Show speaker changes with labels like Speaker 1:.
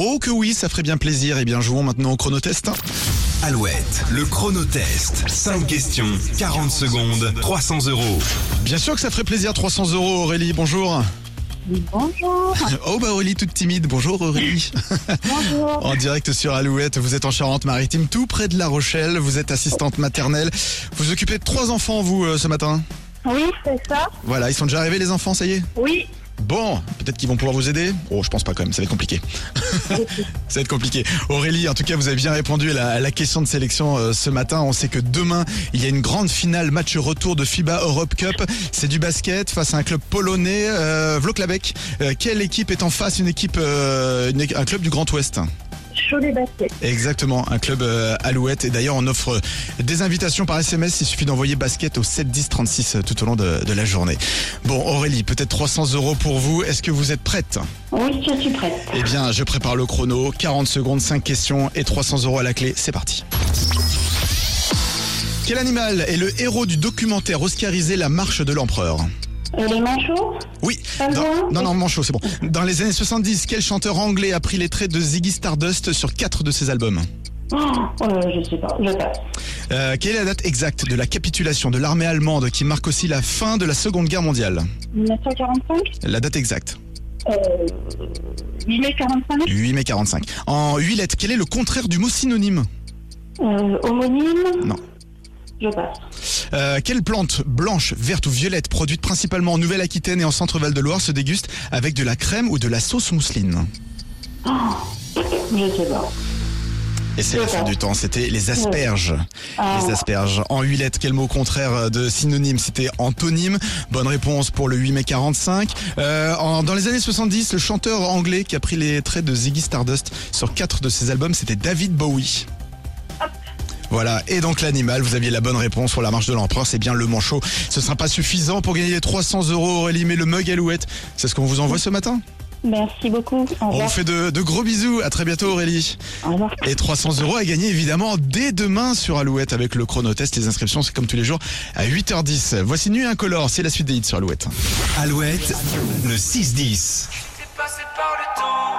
Speaker 1: Oh que oui, ça ferait bien plaisir. Eh bien, jouons maintenant au chronotest.
Speaker 2: Alouette, le chronotest. 5 questions, 40 secondes, 300 euros.
Speaker 1: Bien sûr que ça ferait plaisir, 300 euros Aurélie, bonjour.
Speaker 3: Oui, bonjour.
Speaker 1: Oh bah Aurélie, toute timide, bonjour Aurélie.
Speaker 3: Bonjour.
Speaker 1: En direct sur Alouette, vous êtes en Charente-Maritime, tout près de La Rochelle, vous êtes assistante maternelle. Vous occupez de trois enfants, vous, euh, ce matin
Speaker 3: Oui, c'est ça
Speaker 1: Voilà, ils sont déjà arrivés les enfants, ça y est
Speaker 3: Oui.
Speaker 1: Bon, peut-être qu'ils vont pouvoir vous aider Oh, je pense pas quand même, ça va être compliqué. ça va être compliqué. Aurélie, en tout cas, vous avez bien répondu à la, à la question de sélection euh, ce matin. On sait que demain, il y a une grande finale match retour de FIBA Europe Cup. C'est du basket face à un club polonais, euh, Włocławek. Euh, quelle équipe est en face Une équipe, euh, une é- un club du Grand Ouest.
Speaker 3: Chaud les baskets.
Speaker 1: Exactement, un club euh, Alouette. Et d'ailleurs, on offre euh, des invitations par SMS. Il suffit d'envoyer basket au 7 10 36 euh, tout au long de, de la journée. Bon, Aurélie, peut-être 300 euros pour vous. Est-ce que vous êtes prête
Speaker 3: Oui, je suis prête.
Speaker 1: Eh bien, je prépare le chrono. 40 secondes, 5 questions et 300 euros à la clé. C'est parti. Quel animal est le héros du documentaire oscarisé La Marche de l'Empereur
Speaker 3: Euh, les manchots
Speaker 1: Oui.
Speaker 3: Pas
Speaker 1: Dans,
Speaker 3: loin.
Speaker 1: non, non, manchot, c'est bon. Dans les années 70, quel chanteur anglais a pris les traits de Ziggy Stardust sur 4 de ses albums
Speaker 3: oh, euh, Je sais pas, je passe.
Speaker 1: Euh, quelle est la date exacte de la capitulation de l'armée allemande qui marque aussi la fin de la Seconde Guerre mondiale
Speaker 3: 1945
Speaker 1: La date exacte,
Speaker 3: euh, 8 mai 45
Speaker 1: 8 mai 45. En 8 lettres, quel est le contraire du mot synonyme
Speaker 3: euh, Homonyme
Speaker 1: Non.
Speaker 3: Je passe.
Speaker 1: Euh, Quelle plante blanche, verte ou violette produite principalement en Nouvelle-Aquitaine et en Centre-Val de Loire se déguste avec de la crème ou de la sauce mousseline
Speaker 3: Je sais pas.
Speaker 1: Et c'est la fin du temps, c'était les asperges.
Speaker 3: Ah.
Speaker 1: Les asperges. En 8 lettres, quel mot contraire euh, de synonyme C'était antonyme. Bonne réponse pour le 8 mai 45. Euh, en- dans les années 70, le chanteur anglais qui a pris les traits de Ziggy Stardust sur quatre de ses albums, c'était David Bowie. Voilà, et donc l'animal, vous aviez la bonne réponse pour la marche de l'empereur, c'est bien le manchot. Ce sera pas suffisant pour gagner les 300 euros Aurélie, mais le mug alouette, c'est ce qu'on vous envoie ce matin.
Speaker 3: Merci beaucoup. Au
Speaker 1: On vous
Speaker 3: revoir.
Speaker 1: fait de, de gros bisous, à très bientôt Aurélie.
Speaker 3: Au revoir.
Speaker 1: Et 300 euros à gagner évidemment dès demain sur Alouette avec le chronotest. Les inscriptions, c'est comme tous les jours à 8h10. Voici Nuit Incolore, c'est la suite des hits sur Alouette.
Speaker 2: Alouette, le 6-10.
Speaker 4: Dépassé par le temps.